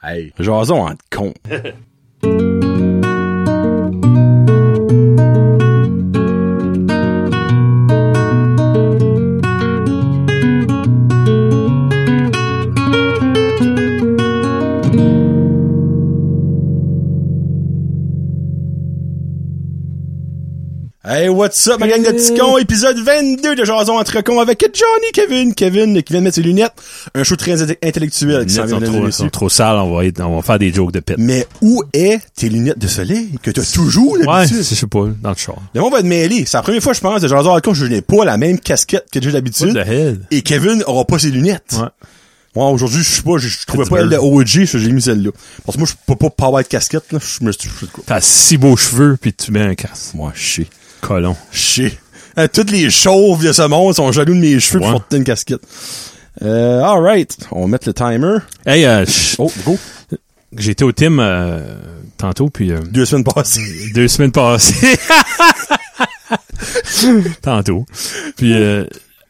Hey, jason en con. Hey, what's up, ma gang de petits cons? Épisode 22 de Jason entre cons avec Johnny Kevin. Kevin qui vient de mettre ses lunettes. Un show très inte- intellectuel qui Les s'en vient, lunettes sont mesdames et trop, messieurs. sont trop sales, on va, être- on va faire des jokes de pète. Mais où est tes lunettes de soleil que t'as toujours Ouais, d'habitude? je sais pas, dans le char. Le monde va être mêlé. C'est la première fois, je pense, de Jason Alcon, je n'ai pas la même casquette que j'ai What d'habitude. the hell? Et Kevin aura pas ses lunettes. Ouais. Moi, aujourd'hui, je sais pas, je je trouvais pas Pittsburgh. elle de OG, ça, j'ai mis celle-là. Parce que moi, je peux pas pas avoir de casquette, là. Je me suis dit, quoi. T'as si beaux cheveux, puis tu mets un casque. Moi, chier. Colon. Chier. Hein, toutes les chauves de ce monde sont jaloux de mes cheveux Ouais. pour porter une casquette. Euh, alright. On va mettre le timer. Hey, euh, ch- Oh, go. j'étais au team euh, tantôt, puis euh, Deux semaines passées. deux semaines passées. tantôt. Puis, euh,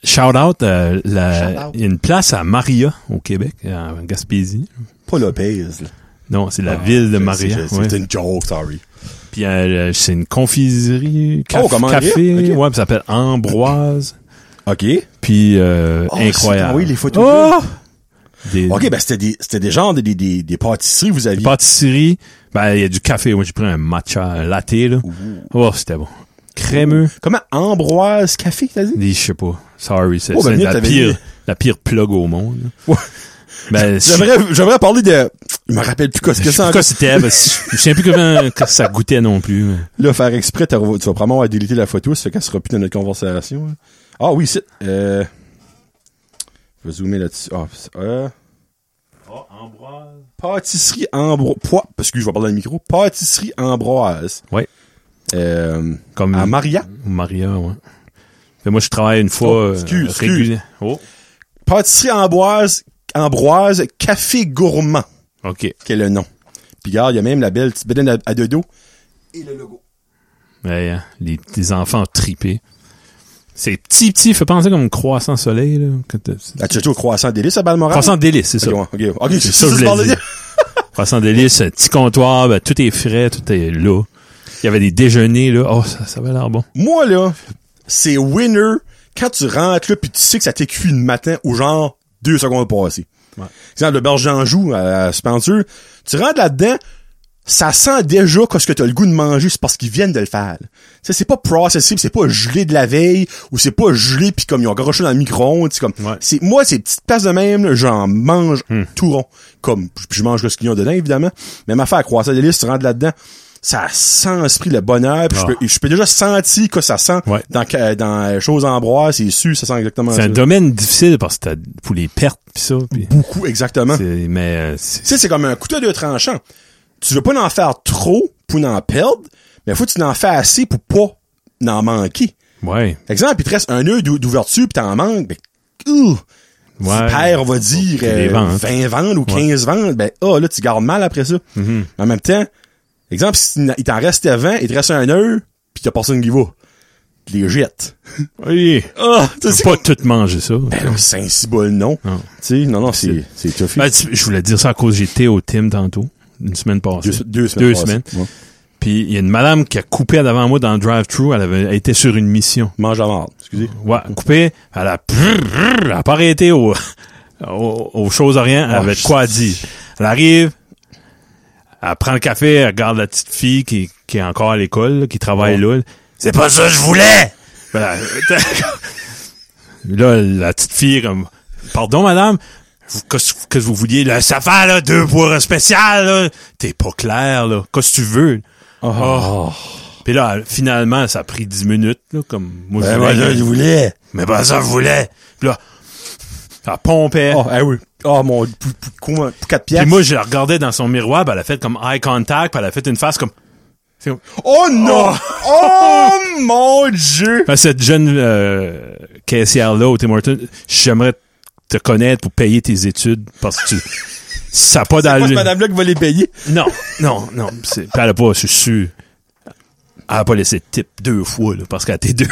shout out, euh, la, il y a une place à Maria, au Québec, en Gaspésie. pas Lopez, là. Non, c'est la ville de Ah, Je Maria. sais, je sais, ouais. C'était une joke, sorry. Puis euh, le- c'est une confiserie, caf- Oh, comment dire? café, Ok. ouais, puis ça s'appelle Ambroise. OK. Puis euh, Oh, c'est- incroyable. ah oui, les photos Oh! Des, OK, ben, c'était des, c'était des genres, des, des, des, des pâtisseries, vous aviez. des pâtisseries. Ben, il y a du café. Moi, j'ai pris un matcha un latte, là. Oh, c'était bon. Crémeux. Comment? Ambroise Café, t'as dit? Des- Je sais pas. Sorry, c'est Oh, ben, c'est Minute, la t'avais pire, dit- la pire plug au monde. Ouais. Ben, je- J'aimerais, j'aimerais parler de, je me rappelle plus quoi, ce je que c'est sais pas encore. quoi c'était. ben, Je je sais plus comment que ça goûtait non plus. mais- Là, faire exprès, t'as- tu vas probablement avoir délité la photo, ça fait qu'elle sera plus dans notre conversation. hein. Ah oui, c'est, euh, je vais zoomer là-dessus. Ah, c'est- euh, pâtisserie Ambroise, poids, parce que je vais parler dans le micro, pâtisserie Ambroise. Ouais. Mm. Euh, Comme à Maria. Maria, ouais. Mais moi, je travaille une fois. Oh, euh, excuse, excuse. réguli- Oh, Pâtisserie Ambroise, Ambroise Café Gourmand, OK. qui est le nom. Puis regarde, il y a même la belle petite bedaine à, à deux dos. Et le logo. Ouais, hein, les, les enfants tripés. C'est petit, petit, fait penser comme croissant soleil, là. quand t'as- La Ah, tu au croissant délice à Balmoral? Croissant délice, c'est ça. Ok, ouais, ok, ok, C'est ça que je voulais dire. Croissant délice, un petit comptoir, ben, tout est frais, tout est là. Il y avait des déjeuners, là. Oh, ça, ça avait l'air bon. Moi, là, c'est winner quand tu rentres là puis tu sais que ça t'est cuit le matin ou genre deux secondes passées. Ouais. Exemple, le berge d'Anjou à à Spencer, tu rentres là-dedans, ça sent déjà que ce que t'as le goût de manger, c'est parce qu'ils viennent de le faire. là. Tu sais, c'est pas processé, pis c'est pas gelé de la veille, ou c'est pas gelé puis comme ils ont garoché dans le micro-ondes, c'est comme, Ouais. Hmm. c'est, moi, ces petites places de même, là, j'en mange tout rond. Comme, puis je mange ce qu'ils ont dedans, évidemment. Mais ma affaire croissant délice, tu rentres là-dedans, ça sent l'esprit le bonheur, puis je Ah. peux- je peux déjà sentir que ça sent Ouais. dans, ca- dans Chose en broie, c'est su, ça sent exactement C'est ça. un domaine difficile parce que t'as, pour les pertes pis ça, pis. Beaucoup, exactement. Tu c'est- Mais, euh, c'est- sais, c'est comme un couteau de tranchant. Tu veux pas en faire trop pour n'en perdre, mais faut que tu n'en fais assez pour pas n'en manquer. ouais. Exemple, il te reste un œil d'ou- d'ouverture puis t'en manques, ben, ouh, tu Ouais. perds, on va dire, T'as des euh, ventes. Mm-hmm. 20 ventes ou 15 ventes, ben, ah, là, tu gardes mal après ça. En même temps, exemple, si n- il t'en restait 20, il te reste un œil puis t'as personne qui va. Tu les jettes. Oui. Ah, tu Tu sais, peux pas tout manger, ça. Ben, c'est un bol non. Tu Non. sais, non, non, c'est, c'est tough. Ben, tu- je voulais dire ça à cause j'étais au Tim tantôt, une semaine passée. deux, deux semaines. Deux passées. semaines. Ouais. Puis il y a une madame qui a coupé devant moi dans le drive-thru, elle avait elle était sur une mission. Mange la marde, excusez. Ouais, coupé, elle a brrr, brrr, elle a pas arrêté au, au- aux choses à rien, elle avait de quoi à dire. Elle arrive, elle prend le café, elle regarde la petite fille qui, qui est encore à l'école, là, qui travaille là. C'est pas ça que je voulais! Ben, là, la petite fille est comme Pardon, madame? Vous- Qu'est-ce que vous vouliez? Là, ça fait là, deux poires spéciales, là. T'es pas clair, là. Qu'est-ce que tu veux? Ah. Oh. Puis là, finalement, ça a pris dix minutes, là, comme moi je voulais. Ben, voulais. Mais pas ça, je voulais. Puis là, elle pompait. Oh, ah oui. Oh, mon, pour, pour, comment- pour quatre ben Puis piastres. moi, je la regardais dans son miroir, puis elle a fait comme eye contact, puis elle a fait une face comme... C'est comme- oh Ah. non! Oh, mon dieu! Fait que cette jeune euh, caissière-là au Tim Hortons, j'aimerais te connaître pour payer tes études, parce que tu... Ça n'a pas C'est pas cette d'allure. madame-là qui va les payer. Non, non, non. c'est- Puis elle a pas, je suis sûr. Elle a pas laissé de type deux fois, là, parce qu'elle était deux.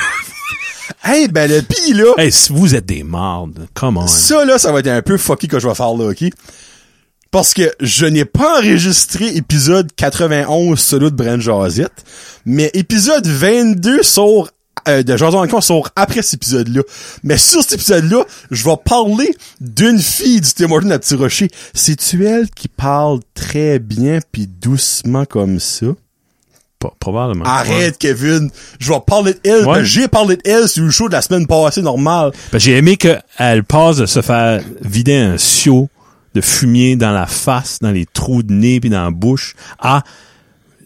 Hey, ben, le pire, là, hey, si vous êtes des mardes, come on. ça, là, ça va être un peu fucky que je vais faire, là, ok? Parce que je n'ai pas enregistré épisode 91, celui de Brand Jazette, mais épisode 22 sur euh, de Jason Alcon sort après cet épisode-là. Mais sur cet épisode-là, je vais parler d'une fille du Tim Hortons à Petit Rocher. C'est-tu elle qui parle très bien puis doucement comme ça? P- probablement. Arrête, Kevin! Je vais parler de elle. Ouais. mais J'ai parlé de elle sur le show de la semaine passée, normal. Parce que J'ai aimé qu'elle passe de se faire vider un siot de fumier dans la face, dans les trous de nez puis dans la bouche à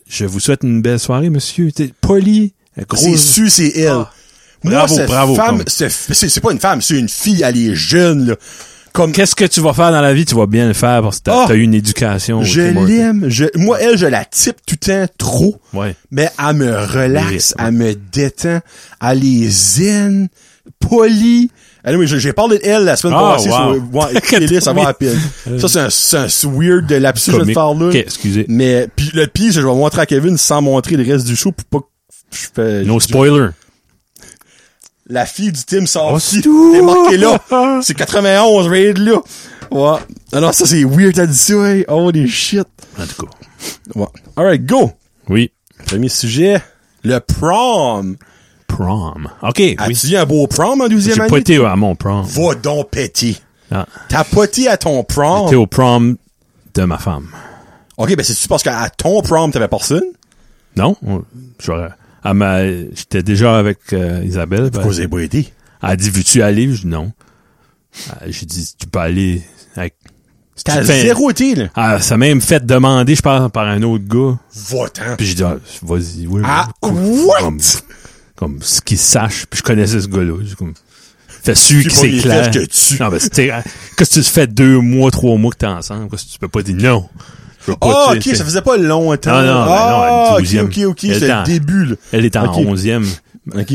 je vous souhaite une belle soirée, monsieur. T'es poli. La C'est grosse- su, c'est elle. Ah. Moi, Bravo, cette bravo, femme, comme. c'est c'est- c'est pas une femme, c'est une fille, elle est jeune, là. Comme, Qu'est-ce que tu vas faire dans la vie? Tu vas bien le faire parce que t'as Ah! t'as eu une éducation. au je Tim Hortons. l'aime, je, moi, elle, je la type tout le temps trop. Ouais. Mais elle me relaxe, Lyrique, elle me détend, elle est zen, polie. Allez, mais j'ai j'ai parlé d'elle la semaine Ah, passée wow. sur ouais, écoutez-les, ça va rapide. Ça, c'est un, c'est un s- weird de lapsus que je vais Comique. faire là. Ok, excusez. Mais pis le pire, c'est que je vais montrer à Kevin sans montrer le reste du show pour pas que je fais... No spoiler. La fille du Tim sort Oh, ici. c'est tout. Elle est marquée là. C'est 91, raid là. Ouais. Alors ça, c'est weird, t'as dit ça, hey. Holy shit. En tout cas. Ouais. Alright, go. Oui. Premier sujet. Le prom. Prom. OK. Oui. As-tu eu un beau prom en J'ai douzième année? pas été à mon prom. Va donc péter. Ah. T'as poté à ton prom. J'étais au prom de ma femme. Ok, ben c'est-tu parce qu'à ton prom, t'avais personne? Non, on- j'aurais- elle m'a- j'étais déjà avec euh, Isabelle. ben, Vous avez pas aidé. elle a dit, veux-tu aller? Je dis non. Euh, J'ai dit, tu peux aller. avec- si tu T'as fais- zéro été, là. Ah, ça m'a même fait demander, je pense, par un autre gars. Va-t'en. Puis j'ai dit, ah, vas-y, oui. Ah, oui. what? Comme, comme ce qu'il sache. Puis je connaissais ce gars-là. J'ai comme, fais sûr Puis que bon, c'est il est clair. fait que tu- Non, ben, c'était, qu'est-ce que tu fais deux mois, trois mois que t'es ensemble? Qu'est-ce que tu peux pas dire non? Je veux Ah, pas, tu ok, sais, ça faisait pas longtemps. Non, non, ben non, ah, elle est ok, ok, ok, douzième. Elle c'est est le en- début, là. Elle est en Ok. onzième. Ok.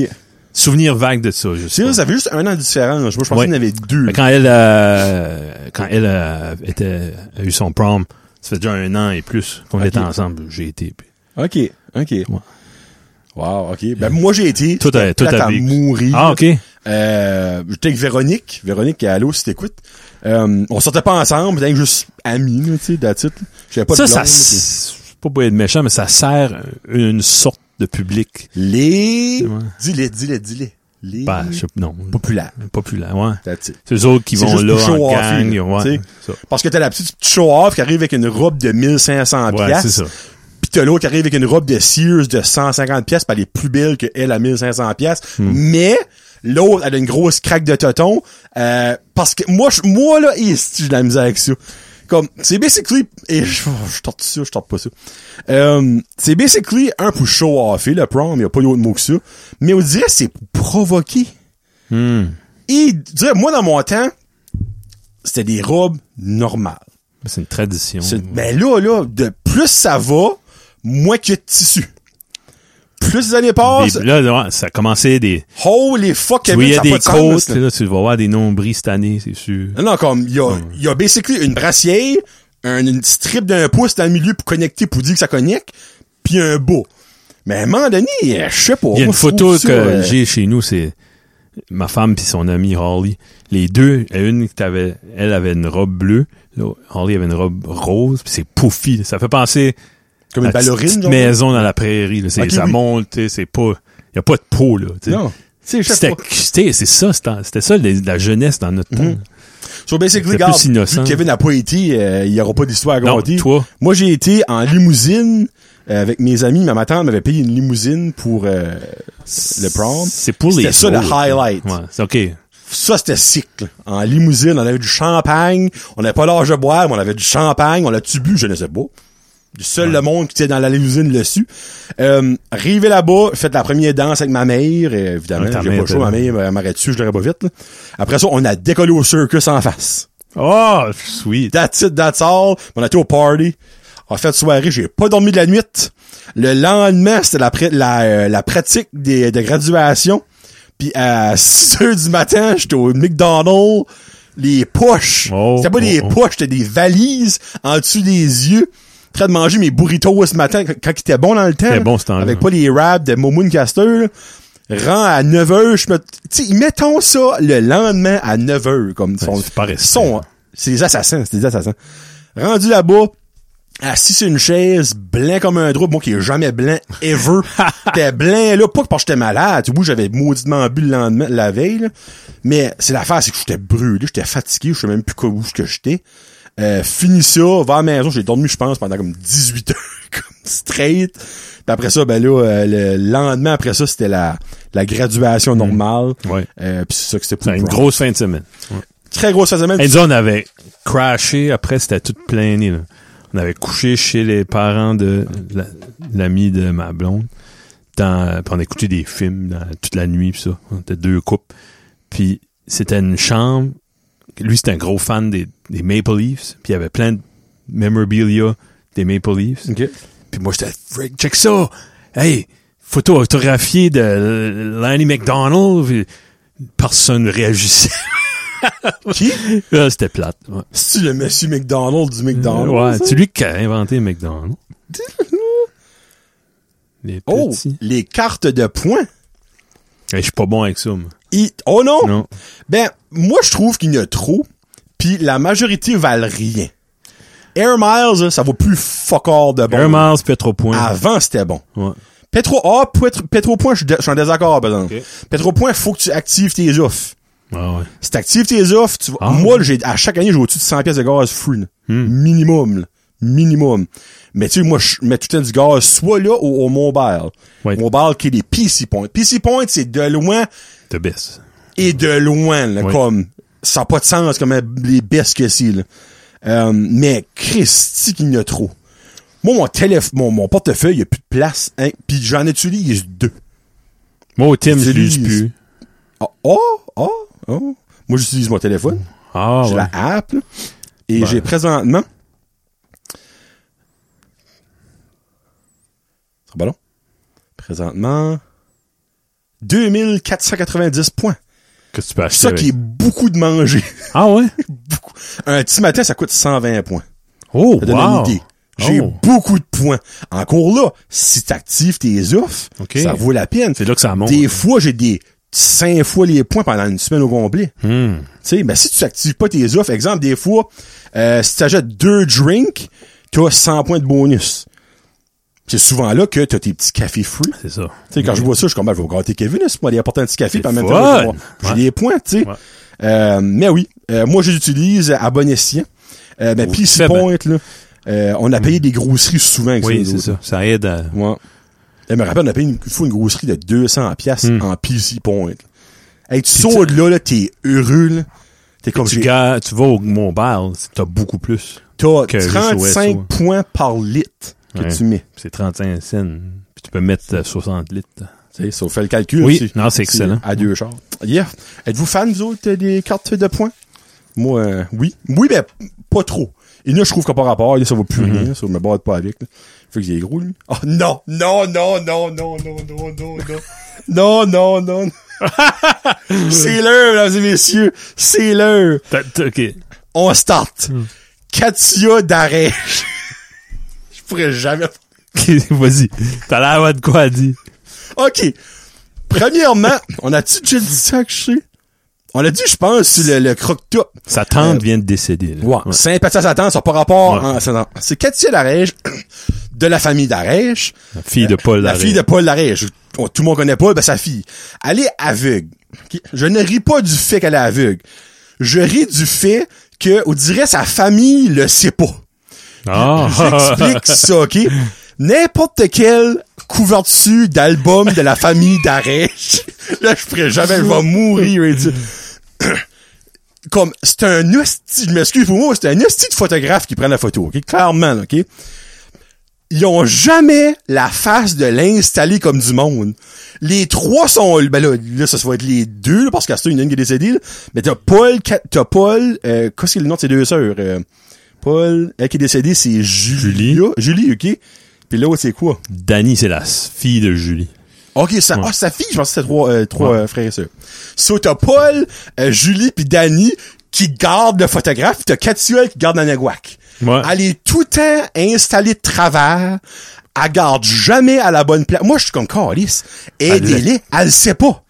Souvenir vague de ça, je sais C'est pas. vrai, ça fait juste un an de différence. Moi, je pensais Ouais. qu'il y en avait deux. Mais quand elle, euh, quand elle euh, était, a eu son prom, ça fait déjà un an et plus qu'on Ok. était ensemble. J'ai été. puis- Ok, ok. Wow, ok. Ben, moi, j'ai été. Tout a- J'étais tout a plate à vécu. mourir. Ah, OK. Euh, j'étais avec Véronique. Véronique, allô, si t'écoutes. Euh, on sortait pas ensemble, on était juste amis, là, tu sais, d'attitude. J'avais pas ça, de ça, blonde, là, puis- s- pas pour être méchant, mais ça sert une sorte de public. Les. Ouais. Dis-les, dis-les, dis-les. Les. Ben, je sais- non. Populaires. Populaire, ouais. That's it. C'est eux autres qui Mmh. C'est vont juste là pour show en off, gang. là, ouais, t'sais. ça. Parce que t'as la petite show-off qui arrive avec une robe de 1500 Ouais, c'est pièces, ça. puis t'as l'autre qui arrive avec une robe de Sears de 150 pièces, pas elle est plus belle que elle à 1500 pièces, mais l'autre elle a une grosse craque de toton euh, parce que moi je moi là et si j'ai de la misère avec ça. Comme c'est basically et je oh, je tente ça, je tente pas ça. Euh, c'est basically un pour show off le prom, y a pas d'autre mot que ça, mais on dirait que c'est pour provoquer. Hmm. Et je dirais, moi, dans mon temps, c'était des robes normales. C'est une tradition. C'est- Mais là, là, de plus ça va, moins qu'il y a de tissu. Plus les années Des- passent, là, là, ça a commencé des... holy fuck, Tu Ah, Kevin, voyais ça a des pas de sens, côtes, là. là, tu vas voir des nombris cette année, c'est sûr. Non, non, comme, il y a, il y a basically une brassière, un, une strip d'un pouce dans le milieu pour connecter, pour dire que ça connecte, puis un bas. Mais à un moment donné, je sais pas. Il y moi, a une je photo trouve que ça, euh, j'ai chez nous, c'est ma femme puis son ami Harley. Les deux, une qui avait, elle avait une robe bleue, l'autre- Harley avait une robe rose, puis c'est pouffi. là. Ça fait penser Comme une à petite- ballerine, petite genre. maison dans la prairie. là. C'est- Ok, ça oui. monte, tu sais, c'est pas, il y a pas de peau là. tu sais. Non. Tu sais, je sais C'était, pas. c'était- c'est ça, c'était c'était ça les- la jeunesse dans notre Mm-hmm. temps. So basically, C'était regarde, plus innocent. vu que Kevin n'a pas été, euh, il n'y aura pas d'histoire à Non, raconter. toi. Moi, j'ai été en limousine euh, avec mes amis. Ma tante m'avait payé une limousine pour euh, le prom. C'est pour C'était les ça, le pros, là. highlight. Ouais, c'est ok. Ça, c'était cycle. En limousine, on avait du champagne. On n'avait pas l'âge de boire, mais on avait du champagne. On l'a-tu bu? Je ne sais pas. Seul le monde qui était dans la limousine le su. Euh, arrivé là-bas, fait la première danse avec ma mère. Et évidemment, Ah, ta j'ai mère pas chaud. Ma était mère elle m'aurait dessus, je l'aurais pas vite. là. Après ça, on a décollé au circus en face. Oh, sweet. That's it, that's all. On a été au party. En fait, soirée, j'ai pas dormi de la nuit. Le lendemain, c'était la, pra- la, euh, la pratique des, de graduation. Puis à 6 heures du matin, j'étais au McDonald's. Les poches. Oh, c'était pas des oh, oh. poches, c'était des valises en dessous des yeux. En train de manger mes burritos ce matin quand, quand il était bon dans le temps. C'était bon, ce temps-là. Avec pas les wraps de Momoon Caster. Rend à 9 heures, je me, tu sais, mettons ça le lendemain à 9 heures, comme, sont, c'est pas respect. sont, c'est des assassins, c'est des assassins. Rendu là-bas, assis sur Ah, une chaise, blanc comme un drap, moi qui est jamais blanc, ever. T'es blanc là, pas que parce que j'étais malade, oui, j'avais mauditement bu le lendemain, la veille, là. mais c'est l'affaire, c'est que j'étais brûlé, j'étais fatigué, je sais même plus quoi, où que j'étais. Euh, fini ça, va à la maison, j'ai dormi, je pense, pendant comme 18 heures, comme straight. Puis après ça, ben là, euh, le lendemain après ça, c'était la, la graduation normale. Mm. Ouais. Euh, puis c'est ça que c'était pour C'est une Brown. grosse fin de semaine. Très grosse fin de semaine. Et nous, on avait crashé, après c'était tout plein nez, là. On avait couché chez les parents de la- l'ami de ma blonde. Dans, puis on écoutait des films dans- toute la nuit pis ça. On était deux couples. Puis c'était une chambre. Lui, c'était un gros fan des, des Maple Leafs. Puis il y avait plein de memorabilia des Maple Leafs. Ok. Puis moi, j'étais freak, check ça! Hey, photo autographiée de Lanny McDonald. Puis personne ne réagissait. Qui? Là, c'était plate. ouais. C'est-tu le monsieur McDonald du McDonald's? Euh, Ouais, ça? c'est lui qui a inventé McDonald's. Les Oh, petits. les cartes de points. Hey, Eh, je suis pas bon avec ça, moi. Ils- Oh non! Non. Ben, moi, je trouve qu'il y en a trop, puis la majorité valent rien. Air Miles, là, ça vaut plus fuck all de bon. Un Mars fait trop point. Avant, c'était bon. Ouais. Petro, ah, Petro, Petro Point, je suis dé- je suis en désaccord, par exemple. Ok. Petro Point, faut que tu actives tes offres. Ah ouais. Si t'actives tes offres, tu vas- Ah. Hmm. moi, j'ai, à chaque année, j'ai au-dessus de 100 pièces de gaz free, là. Minimum, là. Minimum. Mais tu sais, moi, je mets tout le temps du gaz, soit là, ou au Mobile. Ouais. Mobile qui est des PC Points. PC Points, c'est de loin, The best. et de loin, là, Oui. comme ça n'a pas de sens comme les bestes que c'est. là. Euh, mais Christy qu'il y en a trop. Moi, mon téléphone, mon, mon portefeuille, il n'y a plus de place. Hein, Puis j'en utilise deux. Moi, au Tim, je Utilise. l'use plus. Ah, oh, oh, oh. Moi, j'utilise mon téléphone. Ah j'ai ouais. Ben. la app. là. et Ouais. j'ai présentement... C'est pas long. Présentement... 2490 points. Qu'est-ce que tu peux acheter? Ça qui est avec? beaucoup de manger. Ah ouais? beaucoup. Un petit matin, ça coûte 120 points. Oh, Ça donne wow. une idée. J'ai Oh. beaucoup de points. Encore là, si t'actives tes offres, Ok. ça vaut la peine. C'est là que ça monte. Des fois, j'ai des cinq fois les points pendant une semaine au complet. Hmm. Tu sais, ben, si tu actives pas tes offres, exemple, des fois, euh, si t'achètes deux drinks, t'as 100 points de bonus. C'est souvent là que t'as tes petits cafés fruits. C'est ça. Tu sais, quand je vois ça, je suis comme, ben, je vais gâter Kevin, c'est moi, il apporter un petit café, C'est puis en même fun. temps, je vais avoir- j'ai Ouais. des points, tu sais. Ouais. Euh, mais oui, euh, moi, je l'utilise à bon escient. Euh, ben, Oh, puis, très point, là, euh, on a payé des grosseries souvent avec Mm. ça, Oui, c'est nous autres. ça. Ça aide à... Ouais. Elle me rappelle, on a payé une, une fois une grosserie de 200 pièces Mm. en PC Point. Hey, tu sors de là, là, t'es heureux, là. T'es comme, Tu, j'ai- ga- tu vas au mobile, t'as beaucoup plus. t'as que juste au 35 SO. points par litre que Ouais. tu mets. C'est 35 cents. Puis tu peux mettre euh, 60 litres. Tu sais, ça fait le calcul. Oui, non, c'est excellent. À deux genres. Yeah. Êtes-vous fan, vous autres, des cartes de points? Moi, euh, oui. Oui, mais pas trop. Et là, je trouve qu'à par rapport, là, ça va Mhm. plus rien. Ça, je me bats pas avec. Là. Fait qu'il est gros, lui. Oh, non! Non, non, non, non, non, non, non, non. Non, non, non, non. c'est l'heure, mesdames et messieurs. C'est l'heure. T'as- t'as- OK. On start. Mhm. Katia Darèche. je pourrais jamais... Vas-y. T'as l'air d'avoir de quoi à dire. OK. Premièrement, on a-tu déjà dit ça que je sais? On l'a dit, je pense, sur le, le croque-top. Sa tante vient de décéder. là. Ouais. Sympathie à Satan, ça n'a pas rapport. Ouais. hein, ça n'a- c'est Katia Darèche, de la famille Darèche. La fille de Paul La Larrey. fille de Paul Larèche. On- Tout le monde connaît Paul, ben sa fille. Elle est aveugle. OK? Je ne ris pas du fait qu'elle est aveugle. Je ris du fait que, on dirait, sa famille le sait pas. Ah! J'explique ça, OK? N'importe quelle couverture d'album de la famille d'Arèche. Là, je ferai jamais, je vais mourir. et dire- Comme, c'est un hostie, je m'excuse pour moi, c'est un hostie de photographe qui prend la photo, OK? Clairement, là, OK? Ils ont jamais la face de l'installer comme du monde. Les trois sont, ben là, là, ça, ça va être les deux, là, parce qu'à ce temps, il y en a une qui est décédée, là. Mais t'as Paul, Ka- t'as Paul, euh, qu'est-ce qu'il est le nom de ses deux sœurs? euh, Paul, elle qui est décédée, c'est Julie. Julie. ok. Puis l'autre, c'est quoi? Dani, c'est la fille de Julie. Ok, ça, ah, sa fille, je pense que c'était trois, euh, trois euh, frères et sœurs. So, t'as Paul, euh, Julie, puis Danny qui gardent le photographe, puis t'as Katia qui garde Nanaguac. Ouais. Elle est tout le temps installée de travers. Elle garde jamais à la bonne place. Moi, je suis comme Carlis. Aidez-les. Elle le sait pas.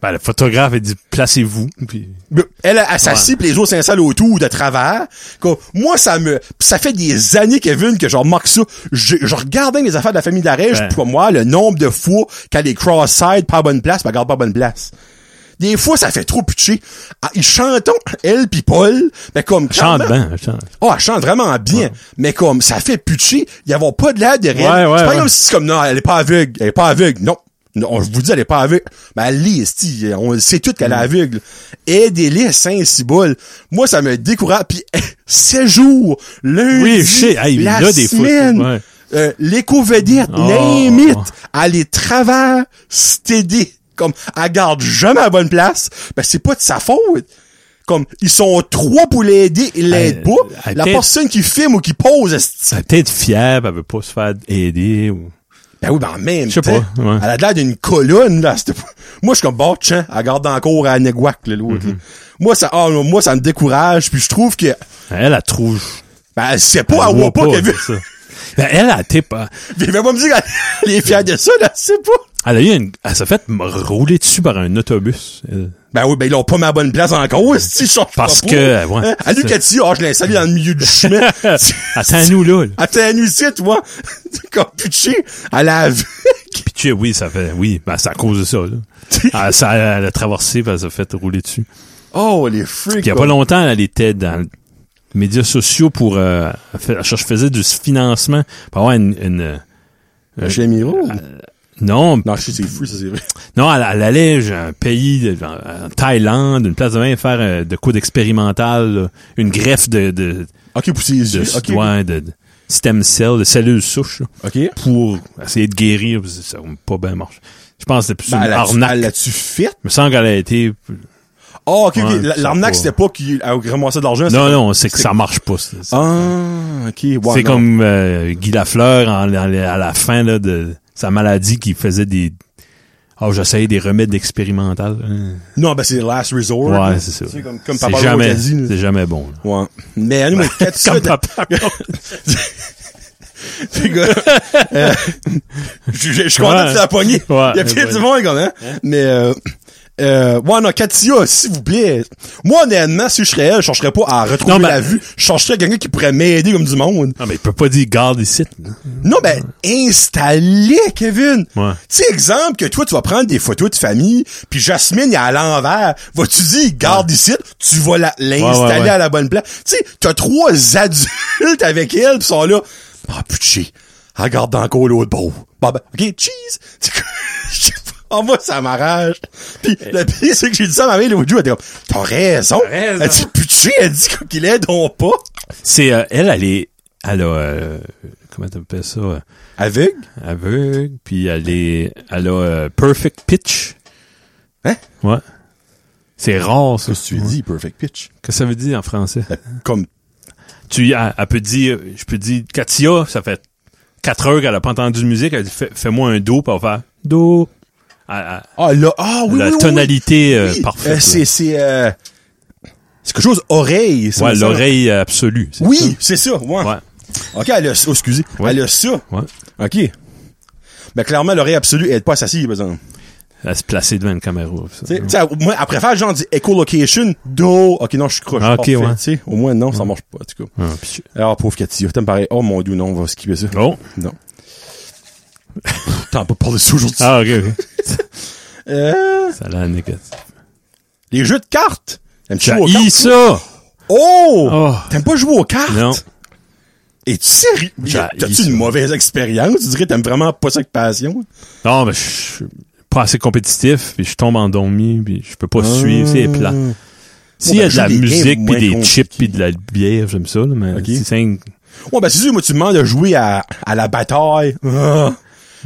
Ben, le photographe, il dit, placez-vous. Puis, Mais Elle, elle, s'assit, pis les autres s'installent autour de travers. Quoi. Moi, ça me, ça fait des années, Kevin, que je remarque ça. Je, je regardais les affaires de la famille de la Rège, Ouais. pour moi, le nombre de fois qu'elle est cross-side, pas à bonne place, ben, elle garde pas à bonne place. Des fois, ça fait trop pitcher. Ah, Ils chantent, elle pis Paul, mais comme... chante bien, chante. Oh, elle chante vraiment bien. Mais comme, ça fait pitcher, y avoir pas de l'air derrière. Ouais, ouais, c'est pas ouais. comme si c'est comme, non, elle est pas aveugle, elle est pas aveugle, non. Non, je vous dis, elle est pas aveugle. Ben, elle lit, esti, on le sait tout qu'elle est Mm. aveugle. Aidez-les, saint ciboule. Moi, ça me décourage. Puis, 16 jours, lundi, Oui, je sais. Hey, il la y a des fous, semaine, ouais. euh, l'éco-vedette, Oh. name it, elle est travers, stédé. Comme, elle garde jamais à la bonne place. Ben, c'est pas de sa faute. Comme, ils sont trois pour l'aider, ils l'aident Ben, Euh, pas. elle La peut-être- personne qui filme ou qui pose, esti. Elle est peut-être fière, elle veut pas se faire aider ou... Ben oui, ben en même Je sais temps, pas, ouais. Elle a l'air d'une colonne, là. c'était pas- Moi, je suis comme, bah, tiens, elle garde encore à Neguac, là, l'autre. Mhm. là. Moi, ça, ah, non, moi, ça me décourage, puis je trouve que, Elle, elle trouve... ben, elle sait pas, elle voit voit pas, Kevin. c'est ça. Ben, elle, elle t'est pas... Mais va me dire qu'elle est fière de ça, là, elle sait pas. Elle a eu une... Elle s'est fait m- rouler dessus par un autobus. elle. Ben oui, ben ils l'ont pas mis à la bonne place encore, si je change Parce pas. que, ouais, Hein? À c'est- lui qu'elle dit, ah, je l'ai installé dans le milieu du chemin. Attends-nous là, là. Attends-nous ici, toi. Comme pitché, à la vue. Puis tu sais, oui, ça fait... Oui, ben, c'est à cause de ça, là. elle, ça, elle a traversé, puis elle s'est fait rouler dessus. Oh, les freaks. Puis il y a pas longtemps, elle était dans les médias sociaux pour... Euh, elle fait- elle faisait du financement pour avoir une... une- longtemps. Chez Miro. Euh, non, Non, je sais, c'est fou, ça, c'est vrai. Non, elle, elle allait j'ai un pays, de- en en Thaïlande, une place de vin, faire euh, de coups d'expérimental, là. une greffe de, de, Ok, pour ses de, yeux. Ok. ouais, de, de stem cells, de cellules souches, là, Ok. Ben, pour essayer de guérir. parce que Ça n'a pas bien marché. Je pense que c'est plus Ben, une elle a-tu- arnaque. elle Il l'a-tu fait? me semble qu'elle a été... Oh, ok, ok. Ouais, La- je sais L'arnaque, pas. c'était pas qu'il a ramassé de l'argent. Non, non, c'est que ça marche pas. ça. C'est Ah, ok. ouais, non. c'est comme euh, Guy Lafleur en- en- à la fin là, de sa maladie qui faisait des... Oh, j'essayais des remèdes expérimentaux. Hein. Non, ben, c'est last resort. Ouais, c'est ça. C'est comme, comme C'est Papa Roach a jamais, dit, là. c'est jamais bon. là. Ouais. Mais, anyway, qu'est-ce que Comme tu Papa Roach. Puis, gars, euh, je je- je suis content Ouais. de la poignée. Ouais, Il y a peut-être ouais. Hein? du monde, quand même. Mais, euh, euh, ouais, non, Katia, s'il vous plaît. Moi, honnêtement, si je serais elle, je chercherais pas à retrouver Non, ben- la vue. Je chercherais quelqu'un qui pourrait m'aider comme du monde. Non, mais il peut pas dire garde ici. là. Non, ben, installez, Kevin. Ouais. Tu sais, exemple que toi, tu vas prendre des photos de famille, puis Jasmine est à l'envers. Vas-tu dire, garde ici, tu vas la- l'installer ouais, ouais. à la bonne place. Tu sais, t'as trois adultes avec elle, pis sont là. Ah, putain, regarde encore l'autre beau. Bah, ben, ok, cheese. Tu- je sais pas. Ah, moi, ça m'arrache. Puis, le pire, c'est que j'ai dit ça à ma mère l'autre jour, elle était comme, t'as raison. Eh. raison. Elle dit, putain, elle dit qu'il aide ou pas. C'est euh, elle, elle est, elle a, euh, comment t'appelles ça, euh, Avec? aveugle, puis elle est, elle a euh, perfect pitch. Hein? Ouais. C'est rare ça. Tu Ouais. dis, perfect pitch. Qu'est-ce que ça veut dire en français Ben, Comme Tu, elle, elle peut dire, je peux dire Katia, ça fait quatre heures qu'elle a pas entendu de musique. Elle dit fais- fais-moi un do, pour faire do. Elle- elle- Ah, là, ah, oui, la oui, oui, tonalité oui. euh, Oui, parfaite. euh, là. c'est, c'est, euh, c'est quelque chose oreille, ça ouais, me semble. l'oreille euh, absolue. c'est Oui, c'est ça, ouais. ça? Ouais. OK, elle a, ça. oh, excusez, Ouais. elle a ça. Ouais. OK. Mais clairement, l'oreille absolue, elle est pas assassinée, par exemple. Elle se placer devant une caméra. ça. Tu sais, tu sais, moi, après faire genre du écolocation, do, OK, non, je suis croche. Ah, ok, Parfait, ouais. tu sais, au moins, non, ça marche pas, en tout cas. Ah, puis je- Alors, pauvre Cathy, t'aimes pareil. Oh, mon dieu, non, on va skipper ça. Oh. Non. T'en pas parlé de ça aujourd'hui. Ah, ok, ok. Euh, Ça a l'air négatif. les jeux de cartes. T'aimes-tu jouer aux J'ai cartes? ça! Oh! Oh. T'aimes pas jouer aux cartes? Non. Es-tu sérieux? J'ai- T'as-tu ça. une mauvaise expérience? Tu dirais que t'aimes vraiment pas ça avec passion? Non, mais je suis pas assez compétitif, puis je tombe endormi, puis je peux pas suivre, c'est plat. S'il y Ah. ben, a de la joue des games musique, puis moins des compliquées. chips, puis de la bière, j'aime ça, là, mais Ok. si c'est un- Ouais, ben c'est sûr, moi, tu me demandes de jouer à, à la bataille. Ah.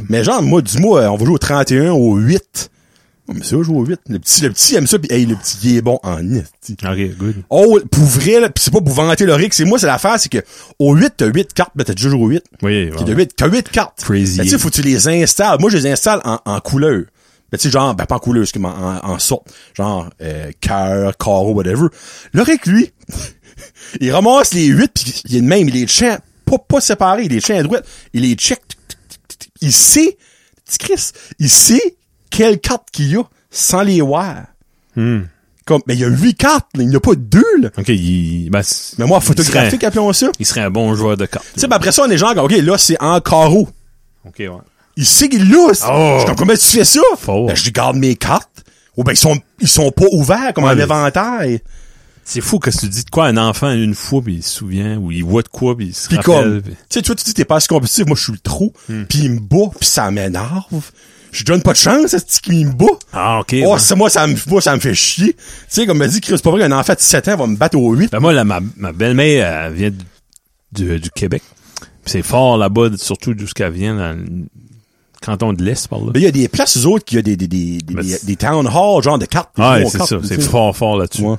Mais genre, moi, dis-moi, euh, on va jouer au 31 ou au 8. Oh, mais ça, jouer au 8. Le petit, le petit aime ça, pis hey, le petit, il est bon en esti. Ok, good. Oh, pour vrai, là, pis c'est pas pour vanter le rick, c'est moi, c'est l'affaire, c'est que au 8, t'as 8 cartes, mais t'as déjà joué au 8. Oui, T'as ouais. 8, t'as 8 cartes. Crazy. Ben, tu sais, faut que tu les installes. Moi, je les installe en, en couleur. Ben, tu sais, genre, ben, pas en couleur, excuse-moi, en, en sorte. Genre, euh, cœur, carreau, whatever. Le rec, lui, il ramasse les 8 pis il est de même, il les chante, pas, pas séparés, il les chante à droite, il les check, tic, tic, tic, tic, tic. il sait, petit Chris, il sait quelle carte qu'il y a. sans les voir. Hmm. Comme, mais il y a huit cartes, là, il n'y en a pas deux, là. OK, il, ben, c'est- Mais moi, photographique, appelons ça. il serait un bon joueur de cartes. Tu sais, ben après ça, on est genre, OK, là, c'est en carreau. OK, ouais. Il sait qu'il l'a. c'est- Oh. Je suis comme, comment tu fais ça? Faux. Ben, je garde mes cartes. Ou ben, ils sont, ils sont pas ouverts comme Ouais, un mais- éventail. C'est fou que tu dis de quoi à un enfant une fois, puis il se souvient, ou il voit de quoi, puis Hmm. il se Pis rappelle. comme, puis- tu sais, toi, tu dis, t'es pas assez compétitif. Moi, je suis le trou. Puis il me bat, puis ça m'énerve. Je lui donne pas de chance à ce petit qui me bat. Ah, OK. oh, ouais. c'est moi, ça me, moi, ça me fait chier. Tu sais, comme m'a dit, Chris, c'est pas vrai qu'un enfant de 7 ans va me battre au 8. Ben, moi, là, ma, ma belle-mère, elle vient du, du- du Québec. Puis c'est fort là-bas, surtout d'où ce qu'elle vient, dans le canton de l'Est, par là. Mais Ben, il y a des places, eux autres, qui y a des, des, des, des, Mais des- c'est- des town halls, genre de cartes. des Ah, Ouais, gros c'est cartes, ça. tu C'est sais. fort, fort là-dessus. Ouais.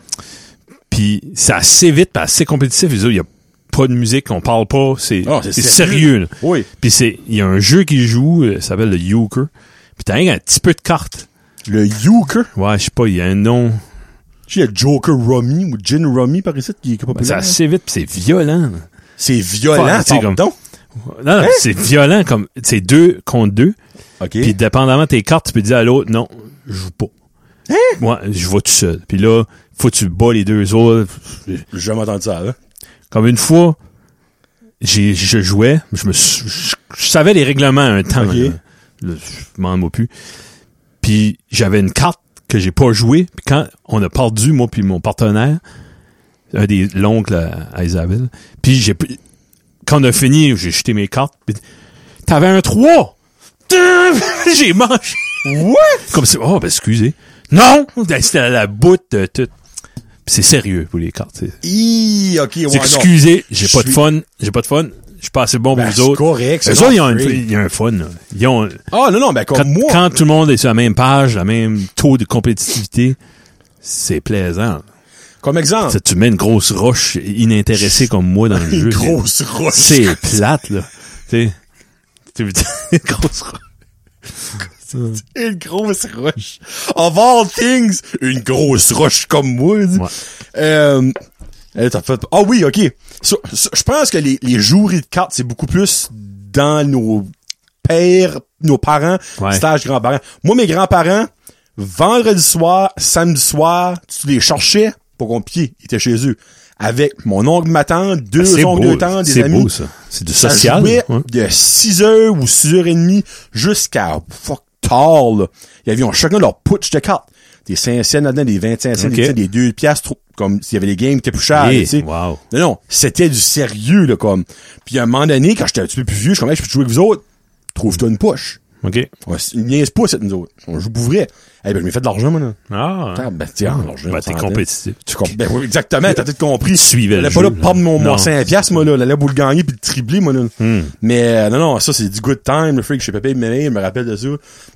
Puis c'est assez vite, puis assez compétitif. Les autres, Il y a pas de musique, on parle pas. C'est Ah, c'est sérieux. là. Oui. Puis c'est il y a un jeu qui joue, euh, ça s'appelle le Euchre. Puis t'as rien qu'un petit peu de cartes. Le Euchre. Ouais, je sais pas, il y a un nom. Tu sais, il y a Joker Rummy ou Gin Rummy par ici qui est Ben, c'est populaire. assez vite, puis c'est violent. là. c'est violent, Fuck, c'est c'est comme- comme donc. Non, non, c'est violent comme c'est deux contre deux. OK. Puis dépendamment de tes cartes, tu peux dire à l'autre non, je joue pas. Moi, je vais tout seul. Puis là, faut que tu bats les deux autres. J'ai jamais entendu ça, là. Comme une fois, j'ai, je jouais, je me, sou- je, je savais les règlements un temps. Ok. là. Là, je m'en moque plus. Puis j'avais une carte que j'ai pas jouée. Puis quand on a perdu, moi puis mon partenaire, un des l'oncle à, à Isabelle. Puis j'ai, pu- quand on a fini, j'ai jeté mes cartes. puis t'avais un 3! j'ai mangé. What? Comme ça. Oh, ben excusez. Non! Ben, C'était à la bout de tout. Puis c'est sérieux pour les cartes. c'est- Hi, OK, ouais, non. c'est excusez, j'ai Je pas de suis- fun, j'ai pas de fun, je suis pas assez bon Ben, pour vous c'est autres. correct, c'est Eux autres, ils ont, not une- free. ils ont un fun, là. Ils ont, Ah, non, non, ben, comme quand, moi. quand tout le monde est sur la même page, le même taux de compétitivité, c'est plaisant. Comme exemple. Ça, tu mets une grosse roche inintéressée comme moi dans le jeu. Une c'est- grosse roche. C'est plate, là. Tu sais, tu- une grosse roche. Une grosse roche. Of all things, une grosse roche comme moi. dis. Ouais. Euh, eh, t'as fait- Ah oui, ok. So- so- je pense que les, les joueries de cartes, c'est beaucoup plus dans nos pères, nos parents, Ouais. stage grands-parents. Moi, mes grands-parents, vendredi soir, samedi soir, tu les cherchais pour qu'on pied. Ils étaient chez eux. Avec mon oncle, ma tante, deux C'est oncles, beau, deux tantes, des c'est amis. beau, ça. C'est du Ça social. hein? jouait ouais. de 6h ou 6h30 jusqu'à fuck tard, là. Ils avaient chacun leur putsch de cartes. Des 5 cents là-dedans, des 25 cents, Ok. des, 10, des 2 piastres, trop- comme s'il y avait des games qui étaient plus chers, Eh, tu sais. wow. Non, non, c'était du sérieux, là, comme. Puis à un moment donné, quand j'étais un petit peu plus vieux, je suis comme, Hey, je peux jouer avec vous autres. Trouve-toi une poche. OK. On s- Ils niaisent pas, cette nous autres. On joue pour vrai. Eh ben, je m'ai fait de l'argent, moi, là. Ah. Attends, ben, tiens, l'argent. Ben, on t'es s'entend. compétitif. Tu comp- ben oui, exactement, t'as peut-être compris. Suivez le J'allais jeu, pas là là. pour prendre mon, Non. Hmm. mon 5 piastres, moi, là. J'allais pour le gagner puis le tripler, moi, là. Mais, euh, non, non, ça, c'est du good time, le freak chez papa et Mémé, je me rappelle de ça.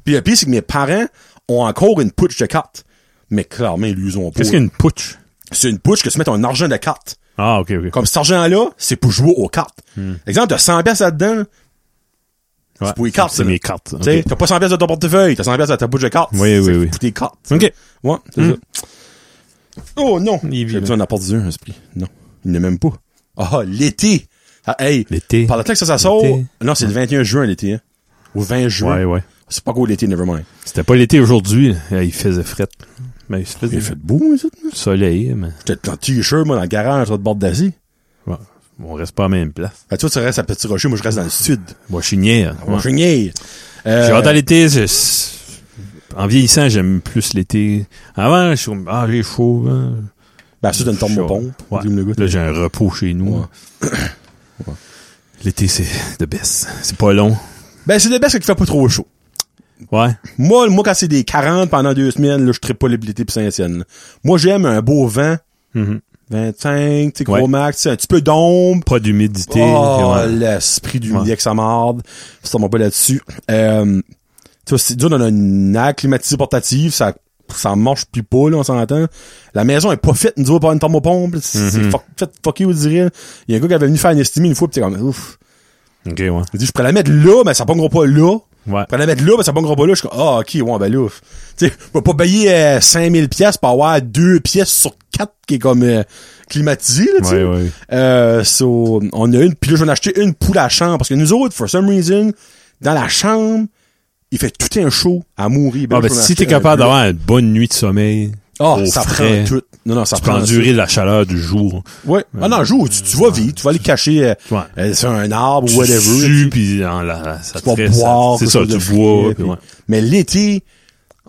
Puis le pire, c'est que mes parents ont encore une pouche de cartes. Mais clairement, ils l'usent pas. Qu'est-ce qu'une putsch? C'est une pouche que tu mets ton argent de cartes. Ah, OK, OK. Comme cet argent-là, c'est pour jouer aux cartes. Hmm. Exemple, t'as 100 piastres là-dedans, Ouais, pour les cartes, C'est là. mes cartes. tu sais, OK. t'as pas 100 piastres dans ton portefeuille, t'as 100 piastres dans ta pouche de cartes. Oui, oui, C'est oui. Pour tes cartes. OK. Mhm. Ouais, c'est ça. Oh non! Il est J'ai vieux. besoin d'un apport du un esprit. Non. Il n'est même pas. Ah, l'été! Ah, hey! L'été. Par le temps que ça, ça sort. L'été. Non, c'est le 21 juin, l'été, hein. Ou 20 juin. Ouais, ouais. C'est pas gros l'été, nevermind. C'était pas l'été aujourd'hui. là. Il faisait fret. Mais il hein, faisait Il fait beau, ça, là. soleil, mais J'étais en t-shirt, moi, dans le garage, sur le bord d'Asie. ouais. on reste pas à la même place. Ah, toi, tu restes à Petit Rocher, moi, je reste dans le sud. Moi, je suis niais. hein. On Ouais. va finir. J'ai Euh, hâte à l'été. je- En vieillissant, j'aime plus l'été. Avant, je suis comme, ah, j'ai chaud. hein. ben, ça, tu une tombe Chaud. pompe. Ouais. Dis-moi le goût. Là, j'ai un repos chez nous. Ouais. L'été, c'est de baisse. C'est pas long. Ben, c'est le best qu'il fait pas trop chaud. Ouais. Moi, moi, quand c'est des 40 pendant deux semaines, là, je traite pas l'été pis Saint-Étienne. Moi, j'aime un beau vent. Mhm. 25, tu sais, gros Ouais. max, tu sais, un petit peu d'ombre. Pas d'humidité. Oh, Ouais. l'esprit du Ouais. milieu que ça marde. Ça tombe pas là-dessus. Euh, tu vois, c'est dur, on a une air climatisée portative, ça, ça marche plus pas, là, on s'entend. La maison est pas faite, nous autres, par une thermopompe, là, c'est c'est Mhm. fuck, fait fucké, on dirait. Il y a un gars qui avait venu faire une estimée une fois pis t'es comme, ouf. OK, ouais. Il dit, je pourrais la mettre là, mais ça pongera pas là. Ouais. Je pourrais la mettre là, mais ça pongera pas là. Je suis comme, ah, ok, ouais, ben là, ouf. Tu sais, je vais pas payer euh, 5000 pièces pour avoir deux pièces sur quatre qui est comme euh, climatisée, là, tu sais. Ouais, ouais. Euh, so, on a une, puis là, j'en ai acheté une pour la chambre, parce que nous autres, for some reason, dans la chambre, il fait tout un show à mourir. Ah, ben, show si dans- t'es capable d'avoir une bonne nuit de sommeil, Ah, au ça frais, prend tout. Non, non, ça tu peux prend endurer la chaleur du jour. Ouais. Ah non, joue, tu, tu vas vivre, tu vas aller cacher euh, Ouais. euh, sur un arbre ou Tu whatever. sues, puis dans la- ça tu vas te reste- boire. C'est quelque ça, chose tu de bois. frais, puis puis- ouais. Mais l'été,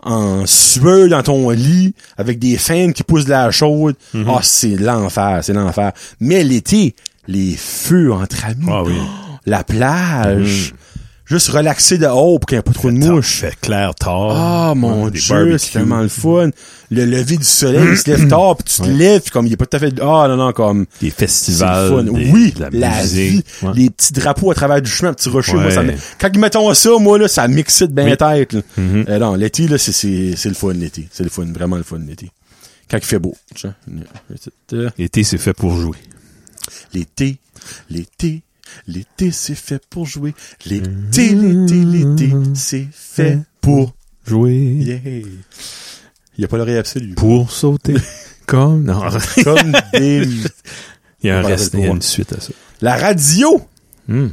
en sueur dans ton lit, avec des fans qui poussent de la chaude, Mhm. ah, c'est l'enfer, c'est l'enfer. Mais l'été, les feux entre amis, Ah oui. Mhm. oh, la plage, juste relaxer dehors pour qu'il n'y ait pas trop de Tard, mouches. Fait clair tard. Ah mon Ouais, des dieu, c'est barbecues. tellement le fun. Le lever du soleil, il se lève tard, puis tu te lèves, puis comme il est pas tout à fait... Ah non, non, comme... Des C'est le festivals. fun. des- oui, de la, vie, musique. Ouais. les petits drapeaux à travers du chemin, un petit rocher, moi, Ouais. ça me- quand ils mettons ça, moi, là, ça m'excite bien Oui. la tête, là. Euh, non, l'été, là, c'est, c'est, c'est le fun, l'été. C'est le fun, vraiment le fun, l'été. Quand il fait beau, tu sais. Une petite, euh, L'été, c'est fait pour jouer. L'été, l'été, l'été, c'est fait pour jouer. L'été, l'été, l'été, c'est Mm-hmm. fait pour, Jouer. yeah. Il y a pas l'oreille absolue. Pour sauter. Comme. Non. Comme des... Il y a un On va reste, arrêter de il y a voir. une suite à ça. La radio! Hmm.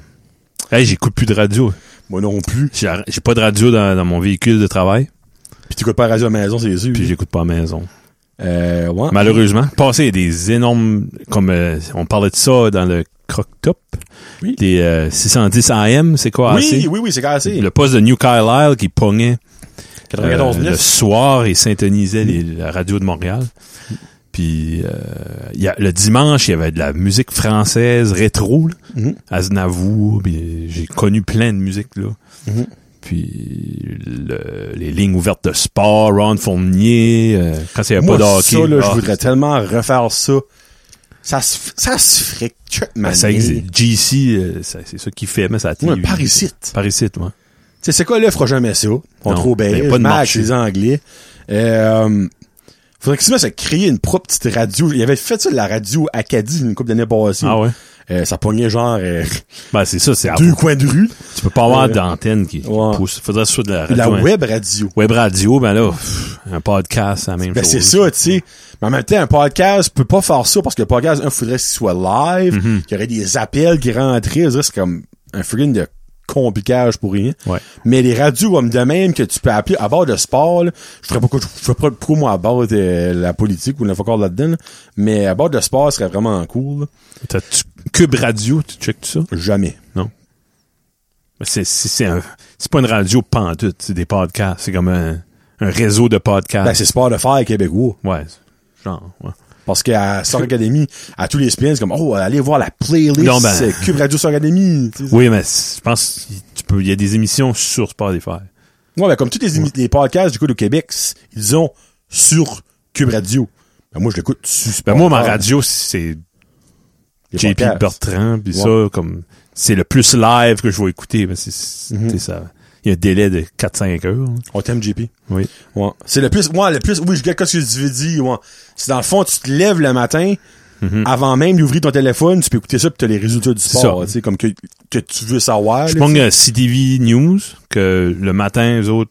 Hey, j'écoute plus de radio. Moi non plus. J'ai arr- j'ai pas de radio dans, dans mon véhicule de travail, Puis t'écoutes pas la radio à la maison, c'est sûr. puis j'écoute pas à la maison. Euh, ouais. Malheureusement, passé il y a des énormes comme euh, on parlait de ça dans le croc top. Oui. Des euh, 610 AM, c'est quoi Oui, AC? oui, oui, c'est cassé. Le poste de New Carlisle qui pognait euh, 94 le 9. soir et syntonisait les- la radio de Montréal. Puis euh, il y a, le dimanche, il y avait de la musique française rétro, là, Mhm. Aznavour, puis j'ai connu plein de musique là. Mhm. Puis le- les lignes ouvertes de sport, Ron Fournier, euh, quand il n'y avait Moi, pas de hockey. ça, là, ah, je voudrais tellement refaire ça. Ça se, f- ça se ferait que ben, man. ça existe. GC, euh, ça- c'est ça qu'il fait, mais ça a Ouais, par ici. Tu Parisite, ouais. sais, c'est quoi, là, fera jamais ça. On Non, est trop ben, y a belge. pas de mal avec marché. les Anglais. Euh, faudrait que se mette à créer une propre petite radio. Il avait fait ça de la radio Acadie une couple d'années passées. Ah ouais. Euh, ça pognait genre euh, Ben c'est ça, c'est à- deux coins de rue. tu peux pas avoir Euh, d'antenne qui, qui ouais. pousse. Faudrait que ce soit de la radio. La hein. web radio. Web radio, ben là, pff, un podcast, c'est la même Ben, chose. c'est ça, tu sais. Mais en même temps, un podcast peut pas faire ça parce que le podcast, un, faudrait qu'il soit live, Mm-hmm. qu'il y aurait des appels qui rentraient, je dirais, c'est comme un friggin' de compliquage pour rien. Ouais. Mais les radios comme de même que tu peux appeler à bord de sport, là, je ferais pas quoi- je ferais pas pourquoi moi à bord de la politique ou la encore là-dedans, là. mais à bord de sport ce serait vraiment cool. T'as- tu- Cube Radio, tu checkes tout ça? là. Jamais. Ben, C'est, c'est, c'est, un- c'est pas une radio pantoute, c'est des podcasts. C'est comme un, un réseau de podcasts. Ben, c'est sport de faire québécois. Ouais. c'est- Genre, ouais. Parce qu'à Star Academy, à tous les spins, c'est comme, oh, allez voir la playlist Non, ben. euh, Cube Radio Star Academy. tu sais. Oui, mais c'est- je pense que tu peux. Il y a des émissions sur Spotify. Ouais, ben, comme tous les, émi- les podcasts du coup du Québec, s- ils ont sur Cube Radio. Ben, moi, je l'écoute sur Ben moi, ma Spotify, radio, c'est les JP podcasts. Bertrand, puis Ouais. ça, comme c'est le plus live que je vais écouter. Ben, c'est, c'est- Mhm. c'est ça. Il y a un délai de 4-5 heures. hein. là. On t'aime, JP. Oui. Ouais. C'est le plus, ouais, le plus, oui, je regarde ce que tu veux dire, ouais. C'est dans le fond, tu te lèves le matin, Mm-hmm. avant même d'ouvrir ton téléphone, tu peux écouter ça pis t'as les résultats du sport, ça. tu sais, comme que, que tu veux savoir. Je là, pense que CTV News, que le matin, eux autres,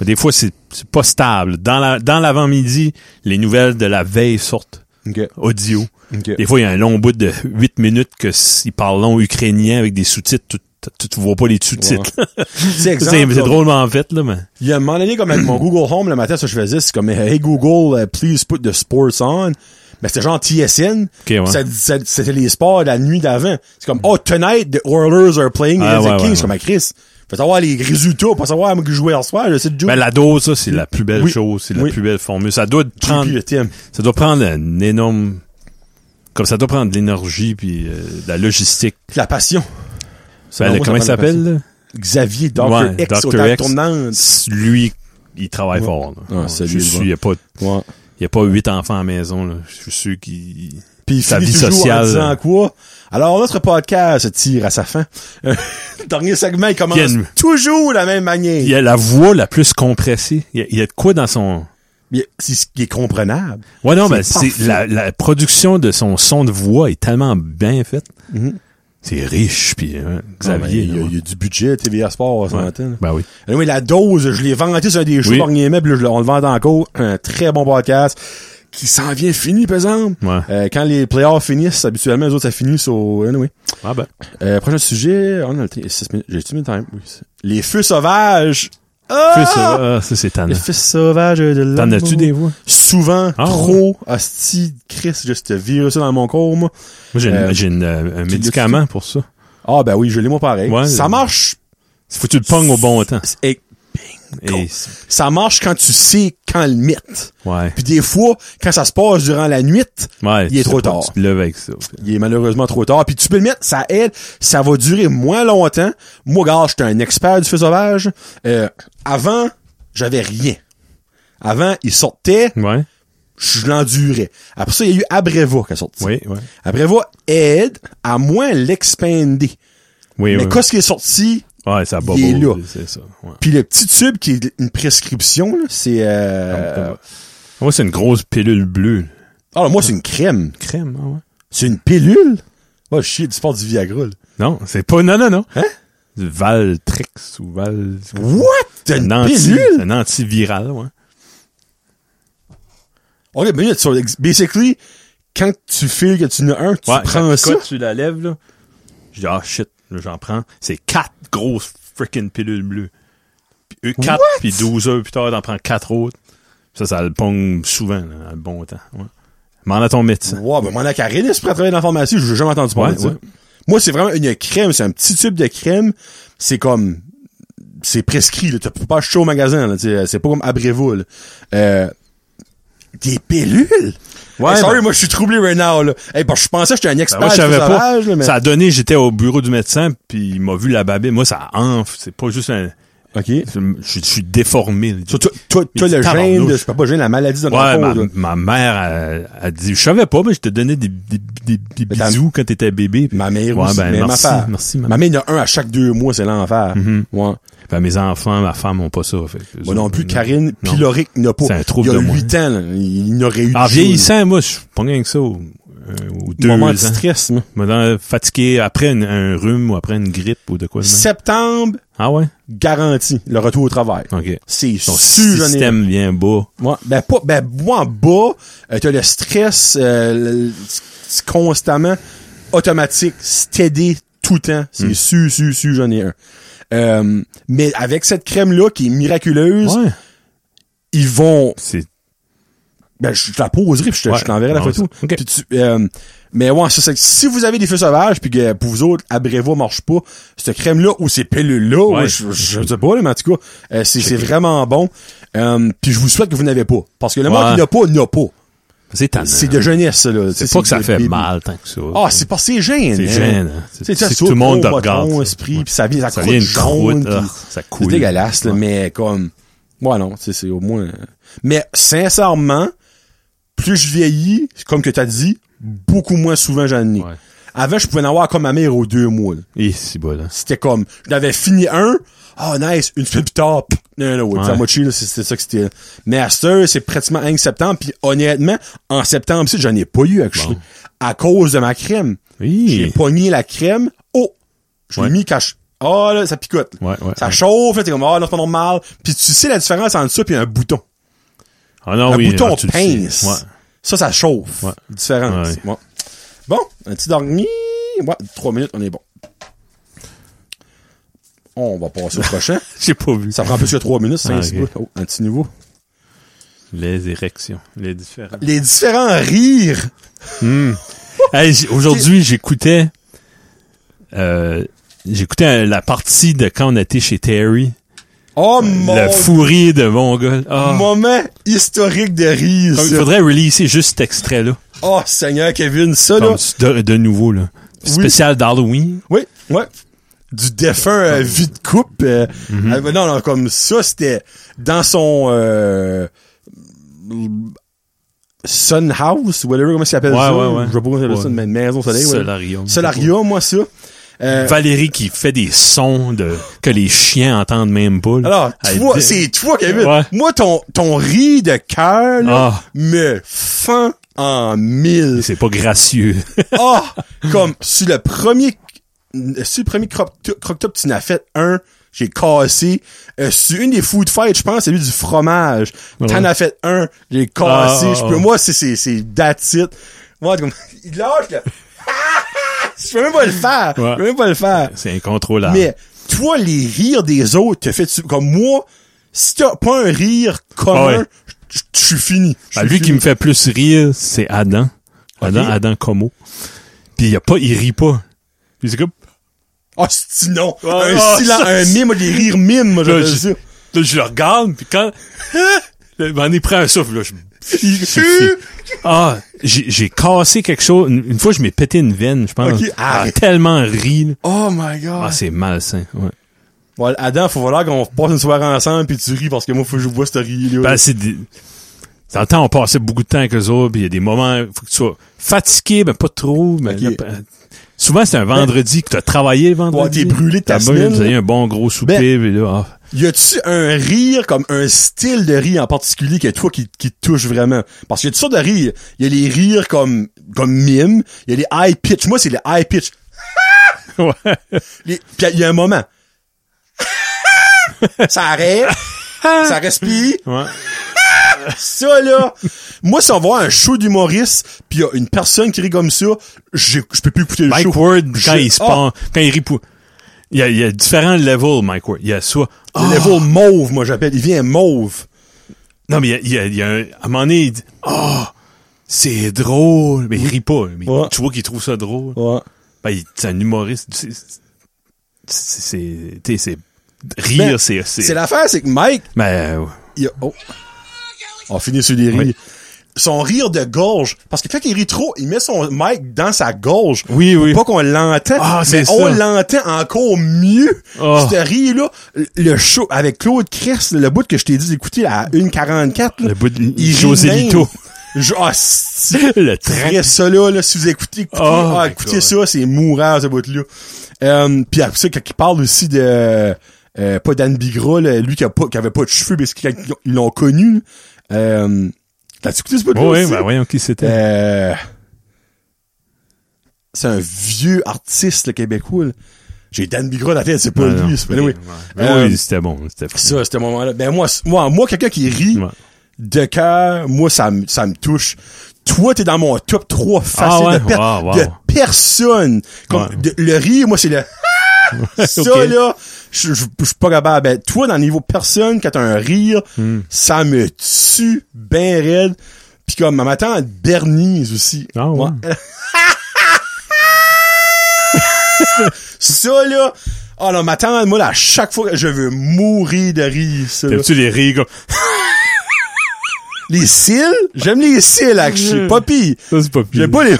mais des fois, c'est c'est pas stable. Dans la, dans l'avant-midi, les nouvelles de la veille sortent tu sais. audio. Ok. Ok. Des fois, il y a un long bout de 8 minutes que s'ils parlent long ukrainien avec des sous-titres, tu, tu, tu vois pas les sous-titres. C'est C'est- exemple, c'est là, drôlement fait, là, mais. Il y a un moment donné, comme avec mon Google Home, le matin, ça, je faisais, c'est comme, hey Google, euh, please put the sports on. Mais c'était genre TSN. Ok, ouais. Ça- ça- c'était les sports de la nuit d'avant. C'est comme, oh, tonight, the Oilers are playing Ah, against the ouais, Kings. ouais, Comme à Chris. Faut savoir les résultats, pas savoir qui jouait hier soir, je sais de Ben, jouer. la dose, ça, c'est la plus belle Oui. chose, c'est la Oui. plus belle formule. Ça doit prendre, le thème. ça doit prendre un énorme, comme ça doit prendre de l'énergie puis euh, de la logistique. La passion. Ben, moi, le- comment il ça prend de la s'appelle, là? Xavier, Dr. Ouais, X, Dr. au table X. tournante. S- lui, il travaille Ouais. fort. Là. Ah, Ouais, salut, je le suis, gars. il n'y a pas, Ouais. il y a pas huit enfants à la maison. Là. Je suis sûr qu'il. Puis il Sa finit vie toujours sociale. en disant quoi? Alors, notre podcast se tire à sa fin. Dernier segment, il commence Il y a une- toujours de la même manière. Il a la voix la plus compressée. Il y a, il y a de quoi dans son. Mais c'est ce qui est comprenable. Ouais, non, C'est mais c'est parfait. la, la production de son son de voix est tellement bien faite. Mhm. C'est riche, puis hein, Xavier, Xavier. il y, a, là, il y a du budget, TVA Sport, on ouais. s'entend. là. Ben oui. Anyway, la dose, je l'ai vanté sur un des shows Oui. dernier meuble, là, je le- on le vend encore. Un très bon podcast qui s'en vient fini, par exemple. Ouais. Euh, quand les playoffs finissent, habituellement, les autres, ça finit sur... Anyway. Ah ben. Euh, prochain sujet, on a le temps. Six minutes. J'ai-tu mis le time? Oui. c'est- Les feux sauvages Fils, euh, ça, c'est tannant. Le fils sauvage de l'amour. T'en as-tu des voix? Souvent, Ah, trop, hostie, Chris, juste virer ça dans mon corps, moi. Moi, j'ai une- Euh, j'ai une, euh, un tu médicament pour ça. Ah, ben oui, je l'ai moi pareil. Ouais. ça marche. Faut que tu le ponges au bon temps. Et Et- ça marche quand tu sais quand le mettre. ouais. Puis des fois, quand ça se passe durant la nuit, Ouais. Il est tu trop sais pas, tard. Tu te lèves avec ça. puis- il est malheureusement trop tard. Puis tu peux le mettre, ça aide, ça va durer moins longtemps. Moi, gars, j'étais un expert du feu sauvage. Euh, avant, j'avais rien. Avant, il sortait, Ouais. je l'endurais. Après ça, il y a eu Abreva qui est sorti. Oui, ouais. Abreva aide à moins l'expander. Eh Oui, Mais oui. qu'est-ce qui est sorti? Ouais, ça il est là. bobole. C'est ça. Ouais. Puis le petit tube qui est une prescription, là, c'est... Ah, Euh... Moi, c'est une grosse pilule bleue. Alors ah, moi, c'est une crème. Crème, ah ouais. C'est une pilule? Oh, chier, du sport du Viagra, là. Non, c'est pas. Non, non, non. Hein? Du Valtrix ou Val. What? T'as une anti- pilule? Un antiviral, ouais. OK, mais là, sur, basically, quand tu files que tu en as un, tu ouais, ben, prends quand- ça. quand tu la lèves, là. Je dis, ah shit, là, j'en prends. C'est quatre grosses freaking pilules bleues. Puis, euh, quatre, What? puis 12 heures plus tard, t'en prends quatre autres. Ça, ça le pongue souvent, là, dans le bon temps. Ouais. M'en à ton médecin. Wow, ben, mon acarine, c'est pour travailler dans la pharmacie, j'ai jamais entendu parler Ouais, de ça. ouais. Moi, c'est vraiment une crème, c'est un petit tube de crème, c'est comme, c'est prescrit, là. Tu peux pas acheter au magasin, là. tu sais, C'est pas comme Abrevo, là. Euh, des pilules? Ouais, Hey, sorry, ben- moi, je suis troublé right now, là. Hey, parce que je pensais que j'étais un expert Ben, moi, je savais du pas. sauvage, là, mais... Ça a donné, j'étais au bureau du médecin, puis il m'a vu la babine. Moi, ça enfle. C'est pas juste un. OK. Je je suis déformé. là. So, toi, toi, Mais toi, le dis, gène, tabarnouche. de, je peux pas gêner la maladie de Ouais, ma, l'enfant, là. ma mère elle- elle dit, je savais pas, mais je te donnais des, des, des- des Mais ta- bisous quand t'étais bébé. Puis- Ma mère ouais, aussi, ben, même merci, affaire. merci, ma Ma mère, il y en a un à chaque deux mois, c'est l'enfer. Ouais. Ben, mes enfants, ma femme ont pas ça. Fait, que Moi eux non autres, plus, non. Karine Non. Piloric n'a pas. C'est un trouble il y a de moi. 8 ans, là, il n'aurait eu En de chose. vieillissant, moi, je suis pas rien que ça. Au, euh, aux deux moment de ans. stress, non? Maintenant, fatigué après une- un rhume ou après une grippe ou de quoi. de même. Septembre, Ah ouais? garanti, le retour au travail. OK. C'est Ton sûr, j'en ai- système vient bas. Ouais, ben, pas, ben, moi, en bas, euh, t'as le stress, euh, le- le- c'est constamment, automatique, steady, tout le temps. C'est Hmm. sûr, sûr, sûr, j'en ai un. Euh, mais avec cette crème-là, qui est miraculeuse, Ouais. ils vont C'est Ben, je te la poserai puis je te- Ouais. je t'enverrai la Non, photo. c'est- ok. Puis tu- euh, mais ouais, ça, c'est que si vous avez des feux sauvages puis que pour vous autres, Abrevo marche pas, cette crème-là ou ces pilules-là, Ouais. ouais, je, je sais pas, là, mais en tout cas, euh, c'est, c'est vraiment bon. Euh, puis je vous souhaite que vous n'avez pas. Parce que le Ouais. monde qui n'a pas, n'a pas. c'est tannant. C'est de jeunesse, ça, là. C'est pas que ça fait mal tant que ça. Ah, c'est parce que c'est gêne. C'est hein. gêne, hein. Tu C'est- sais, c'est ça, que tout le monde te regarde, ça. esprit, puis ça vient, ça, Ça croûte vient une jaune, croûte, puis ah, ça C'est coule. dégueulasse, là, mais comme... Ouais, non, c'est c'est au moins... euh. Mais sincèrement, plus je vieillis, comme que t'as dit, beaucoup moins souvent j'en ai. Ouais. Avant, je pouvais en avoir comme ma mère aux deux mois. là. Et c'est bon, là. C'était comme, j'avais fini un, oh nice, une semaine plus tard, pff, non, non, ouais, Ouais. ça m'a chill, c'est- c'était ça que c'était. Mais à cette heure, c'est pratiquement 1 septembre, puis honnêtement, en septembre, si j'en ai pas eu, actually, à cause de ma crème. Oui. J'ai pogné la crème. Oh! Je l'ai Ouais. mis quand je... Ah, là, ça picote. Ouais, ouais. Ça chauffe, là, t'es comme, ah, non, c'est pas normal. Puis tu sais la différence entre ça puis un bouton. Ah non, un oui, bouton ah, tu le sais. pince. Ouais. Ça, ça chauffe. Ouais. Différence. Ouais. Ouais. Bon, un petit dernier. Ouais, trois minutes, on est bon. On va passer au prochain. J'ai pas vu. Ça prend plus que trois minutes, c'est Ah, un ok. petit bout. Oh, un petit nouveau. Les érections, les différents. Les différents rires. Hey, j'ai- Aujourd'hui, j'écoutais, euh, j'écoutais euh, la partie de quand on était chez Terry. Oh, mon Le fourri de Mongol. Ah. moment historique de rire. Donc, Il ça. faudrait releaser juste cet extrait-là. Oh, Seigneur Kevin, ça, là. Comme de, de nouveau, là. Spécial d'Halloween. Oui, ouais. Du défunt euh, vie de coupe. euh, Mhm. euh, ben non, non, comme ça, c'était dans son euh, Sun House, whatever, comment ça s'appelle Ouais, ça? ouais, ouais. Je sais pas comment ça s'appelle ça, Ouais. mais maison soleil. ouais. Solarium. Solarium, moi, ça. Euh, Valérie qui fait des sons de, que les chiens entendent même pas. là. alors, Elle toi, dit- c'est toi, Kevin. Ouais. Moi, ton, ton riz de cœur, là, Ah. me fend en mille. C'est pas gracieux. Ah! Comme sur le premier sur le premier croc- croque-top que tu n'as fait un, j'ai cassé. Euh, sur une des food fights, je pense, c'est lui du fromage. Ouais. T'en as fait un, j'ai cassé. Ah, ah, je peux, ah. moi, c'est, c'est, c'est that's it. Moi, comme, il lâche, là. je peux même pas le faire. Je peux Ouais. Ah. même pas le faire. C'est incontrôlable. Mais, toi, les rires des autres te fait comme moi, si t'as pas un rire commun, Ah Ouais. je je suis fini. Je Ben, suis lui qui fini. me fait plus rire, c'est Adam. Adam, Ok. Adam Como. Puis il a pas, il rit pas. Puis c'est comme, Ah, c'est non! Ouais, un ah, silence, ça, un c'est- mime, des rires mimes, moi, Là, j'appelle je- ça. là, je le regarde, puis quand, là, ben, il prend un souffle, là, je, Il- ah, j'ai j'ai cassé quelque chose. Une, une fois, je m'ai pété une veine, je pense. Ok, Ah, arrête. tellement ri, là. Oh my god! Ah, c'est malsain, ouais. Bon, Adam, faut falloir qu'on passe une soirée ensemble pis tu ris parce que moi, faut que je vois ce rire-là. Ben, c'est des- Dans le temps, on passait beaucoup de temps avec eux autres, puis il y a des moments, faut que tu sois fatigué, mais pas trop. Mais Ok. là, ben, souvent, c'est un vendredi que tu as travaillé le Ouais, vendredi. t'es brûlé de ta T'as brûlé, semaine. Ben- Vous avez un bon gros souper, puis là, ah. Y a-tu un rire, comme un style de rire en particulier que toi qui, qui te touche vraiment? Parce qu'il y a toutes sortes de rires. Il y a les rires comme, comme mime. Il y a les high pitch. Moi, c'est les high pitch. Ouais. Les... Puis il y a un moment. ça arrête. ça respire. Ouais. Ça, là. Moi, si on voit un show d'humoriste, puis il y a une personne qui rit comme ça, j'ai- je peux plus écouter le Mike show. Ward, Je- quand il se Ah! pend, quand il rit pour- il y a, il y a différents levels, Mike Ward. Il y a soit, Le Ah! level mauve, moi, j'appelle. Il vient mauve. non, mais il y a, il y a, il y a un, à un moment donné, il dit, ah, c'est drôle, mais il rit pas, mais Ouais. tu vois qu'il trouve ça drôle. Ouais. Ben, il- c'est un humoriste. C'est. c'est- C'est. t'sais, c'est- Rire, Ben, c'est. C'est C'est. l'affaire, c'est que Mike, Ben, ouais. il a- oh. On finit sur les rires. Oui. Son rire de gorge, parce que quand il rit trop, il met son mic dans sa gorge. Oui, oui. Pas qu'on l'entend, Ah, mais c'est on ça. l'entend encore mieux. Ah. Ce rire-là, le show avec Claude Crest, le bout que je t'ai dit d'écouter à 1,44, là, Le bout de il rit José même. Lito. Je- ah, si- le train. Très ça là, là, si vous écoutez, écoutez, Oh ah, my écoutez God. ça, c'est mourant ce bout-là. Euh, puis après ça, quand il parle aussi de euh, pas d'Anne Bigra, là, lui qui, a pas, qui avait pas de cheveux, parce qu'ils l'ont- ils l'ont connu. Euh, T'as-tu écouté ce bout-là? Oui, aussi? ben, voyons qui c'était. Euh, c'est un vieux artiste le québécois. là. J'ai Dan Bigra dans la tête, c'est pas Ah, non. lui. c'est pas- Ok, anyway. ouais. Euh, Ben Oui, c'était bon. C'était Ça, c'était un moment-là. Ben moi, c- moi, moi quelqu'un qui rit Ouais. de cœur, moi, ça me ça me touche. Toi, t'es dans mon top 3 facile Ah ouais? de, per- Wow, wow. de personne. Comme Ouais. de- le rire, moi, c'est le... ça, Ok. là, je je- je suis pas capable. Ben, toi, dans le niveau personne, quand t'as un rire, Hmm. ça me tue ben raide. Puis comme, ma tante Bernice aussi. Ah ouais. Ça, là... Oh non, ma tante, moi, là, à chaque fois, que je veux mourir de rire, ça, là. T'aimes-tu les rires comme. Les cils? J'aime les cils, actually. Pas pire. Ça, c'est pas pire. J'aime pas les...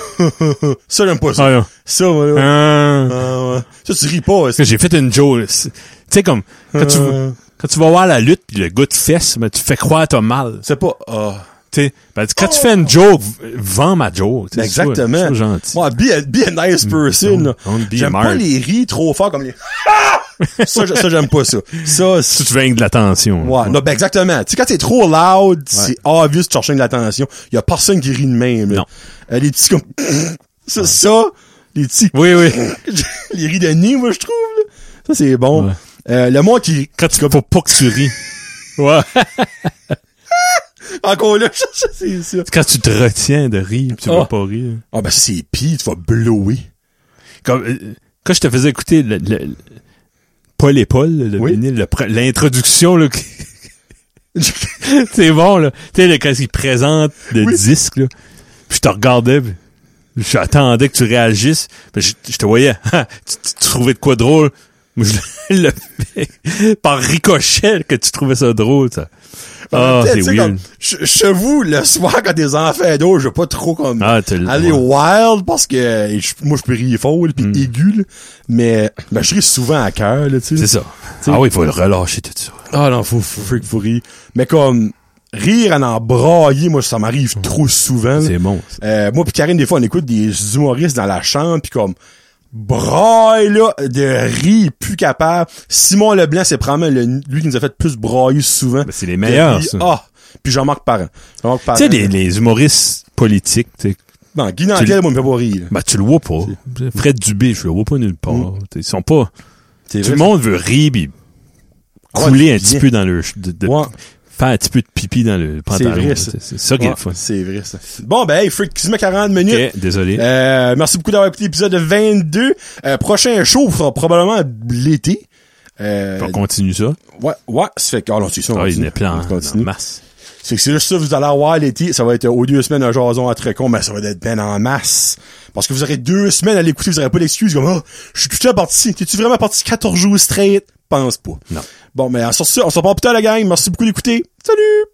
ça, j'aime pas ça. Ah, non. Ça, voilà. Ah. Ah, ouais. Ça, tu ris pas. Parce que j'ai fait une joke. Tu sais, comme. Quand tu, Euh. quand tu vas voir la lutte pis le gars te fesse, mais tu fais croire que t'as mal. C'est pas... ah. Tu sais, ben, quand tu fais une joke, v- vends ma joke. tu sais, sois- Exactement. sois gentil. Mm, Ouais, be, a, be a nice person. don't- là. don't be J'aime a pas marde. les rires trop forts comme les... ça, je- ça, j'aime pas ça. Ça, c'est- Si tu veux de l'attention. Ouais, non, ben exactement. Tu sais, quand t'es trop loud, c'est obvious que tu cherches de l'attention. Y a personne qui rit de même. là. Non. Euh, les petits comme... ça, ça, les petits... Oui, oui. les rires de nez, moi, je trouve. là. Ça, c'est bon. Ouais. Euh, le monde qui... Quand tu faut pas que tu ris. Ouais. Encore là, ça, ça, c'est ça. Quand tu te retiens de rire, pis tu Ah. vas pas rire. Ah ben c'est pire, tu vas blower. Comme, euh, quand je te faisais écouter le, le- le- Paul et Paul, le Oui. vinyle, le pre- l'introduction, là, qui- c'est bon, là. Tu sais, là, quand il présente le Oui. disque, là, pis je te regardais, pis j'attendais que tu réagisses, pis je, je te voyais, Ah, tu, tu trouvais de quoi drôle. Moi, je le- le- par ricochet que tu trouvais ça drôle, ça. Ah, Tu sais, c'est tu sais, weird. comme, je- je vous, le soir, quand tes enfants d'eau, je veux pas trop comme Ah, tu le- aller ouais. Hmm. wild parce que euh, je- moi je peux rire fort là, pis aigu, là, mais ben, je ris souvent à cœur, là, tu sais. C'est ça. Ah oui, il faut le relâcher tout ça. Ah non, faut, faut, faut, faut rire. Mais comme rire en en brailler, moi ça m'arrive trop souvent. là. C'est bon. Euh, moi puis Karine, des fois, on écoute des humoristes dans la chambre, puis comme braille là de rire plus capable Simon Leblanc c'est probablement le- lui qui nous a fait plus brailler souvent Ben, c'est les meilleurs, Puis, ça. ah puis Jean-Marc Parent Jean-Marc Parent Tu sais, les, les humoristes politiques, tu sais, non Guy Nantel tu- moi il me fait pas rire là. ben, tu le vois pas. Fred Dubé, je le vois pas nulle part. Tu sais, Ils sont pas. Mm. C'est Tout le vrai, monde veut rire pis Ouais, couler un bien. petit peu dans le. de- de- Ouais. Faire un petit peu de pipi dans le pantalon. vrai, là, ça. C'est c'est ça qui est Ouais, le fun. c'est vrai ça bon ben hey Freak qui se met 40 minutes Ok, désolé. Euh, merci beaucoup d'avoir écouté l'épisode 22. Euh, prochain show sera probablement l'été. Euh, on continue ça. ouais, ouais, ça fait que, alors, c'est ça, on Ah, il y en continue. a plein On en, en continue. masse. C'est que c'est juste ça, vous allez avoir l'été, ça va être euh, aux deux semaines un jason à très con, mais ça va être ben en masse. Parce que vous aurez deux semaines à l'écouter, vous aurez pas d'excuse comme, ah, je suis tout seul parti. T'es-tu vraiment parti 14 jours straight? Pense pas. euh, Non. Bon, mais sur ça, on se reparle plus tard, la gang. Merci beaucoup d'écouter. Salut!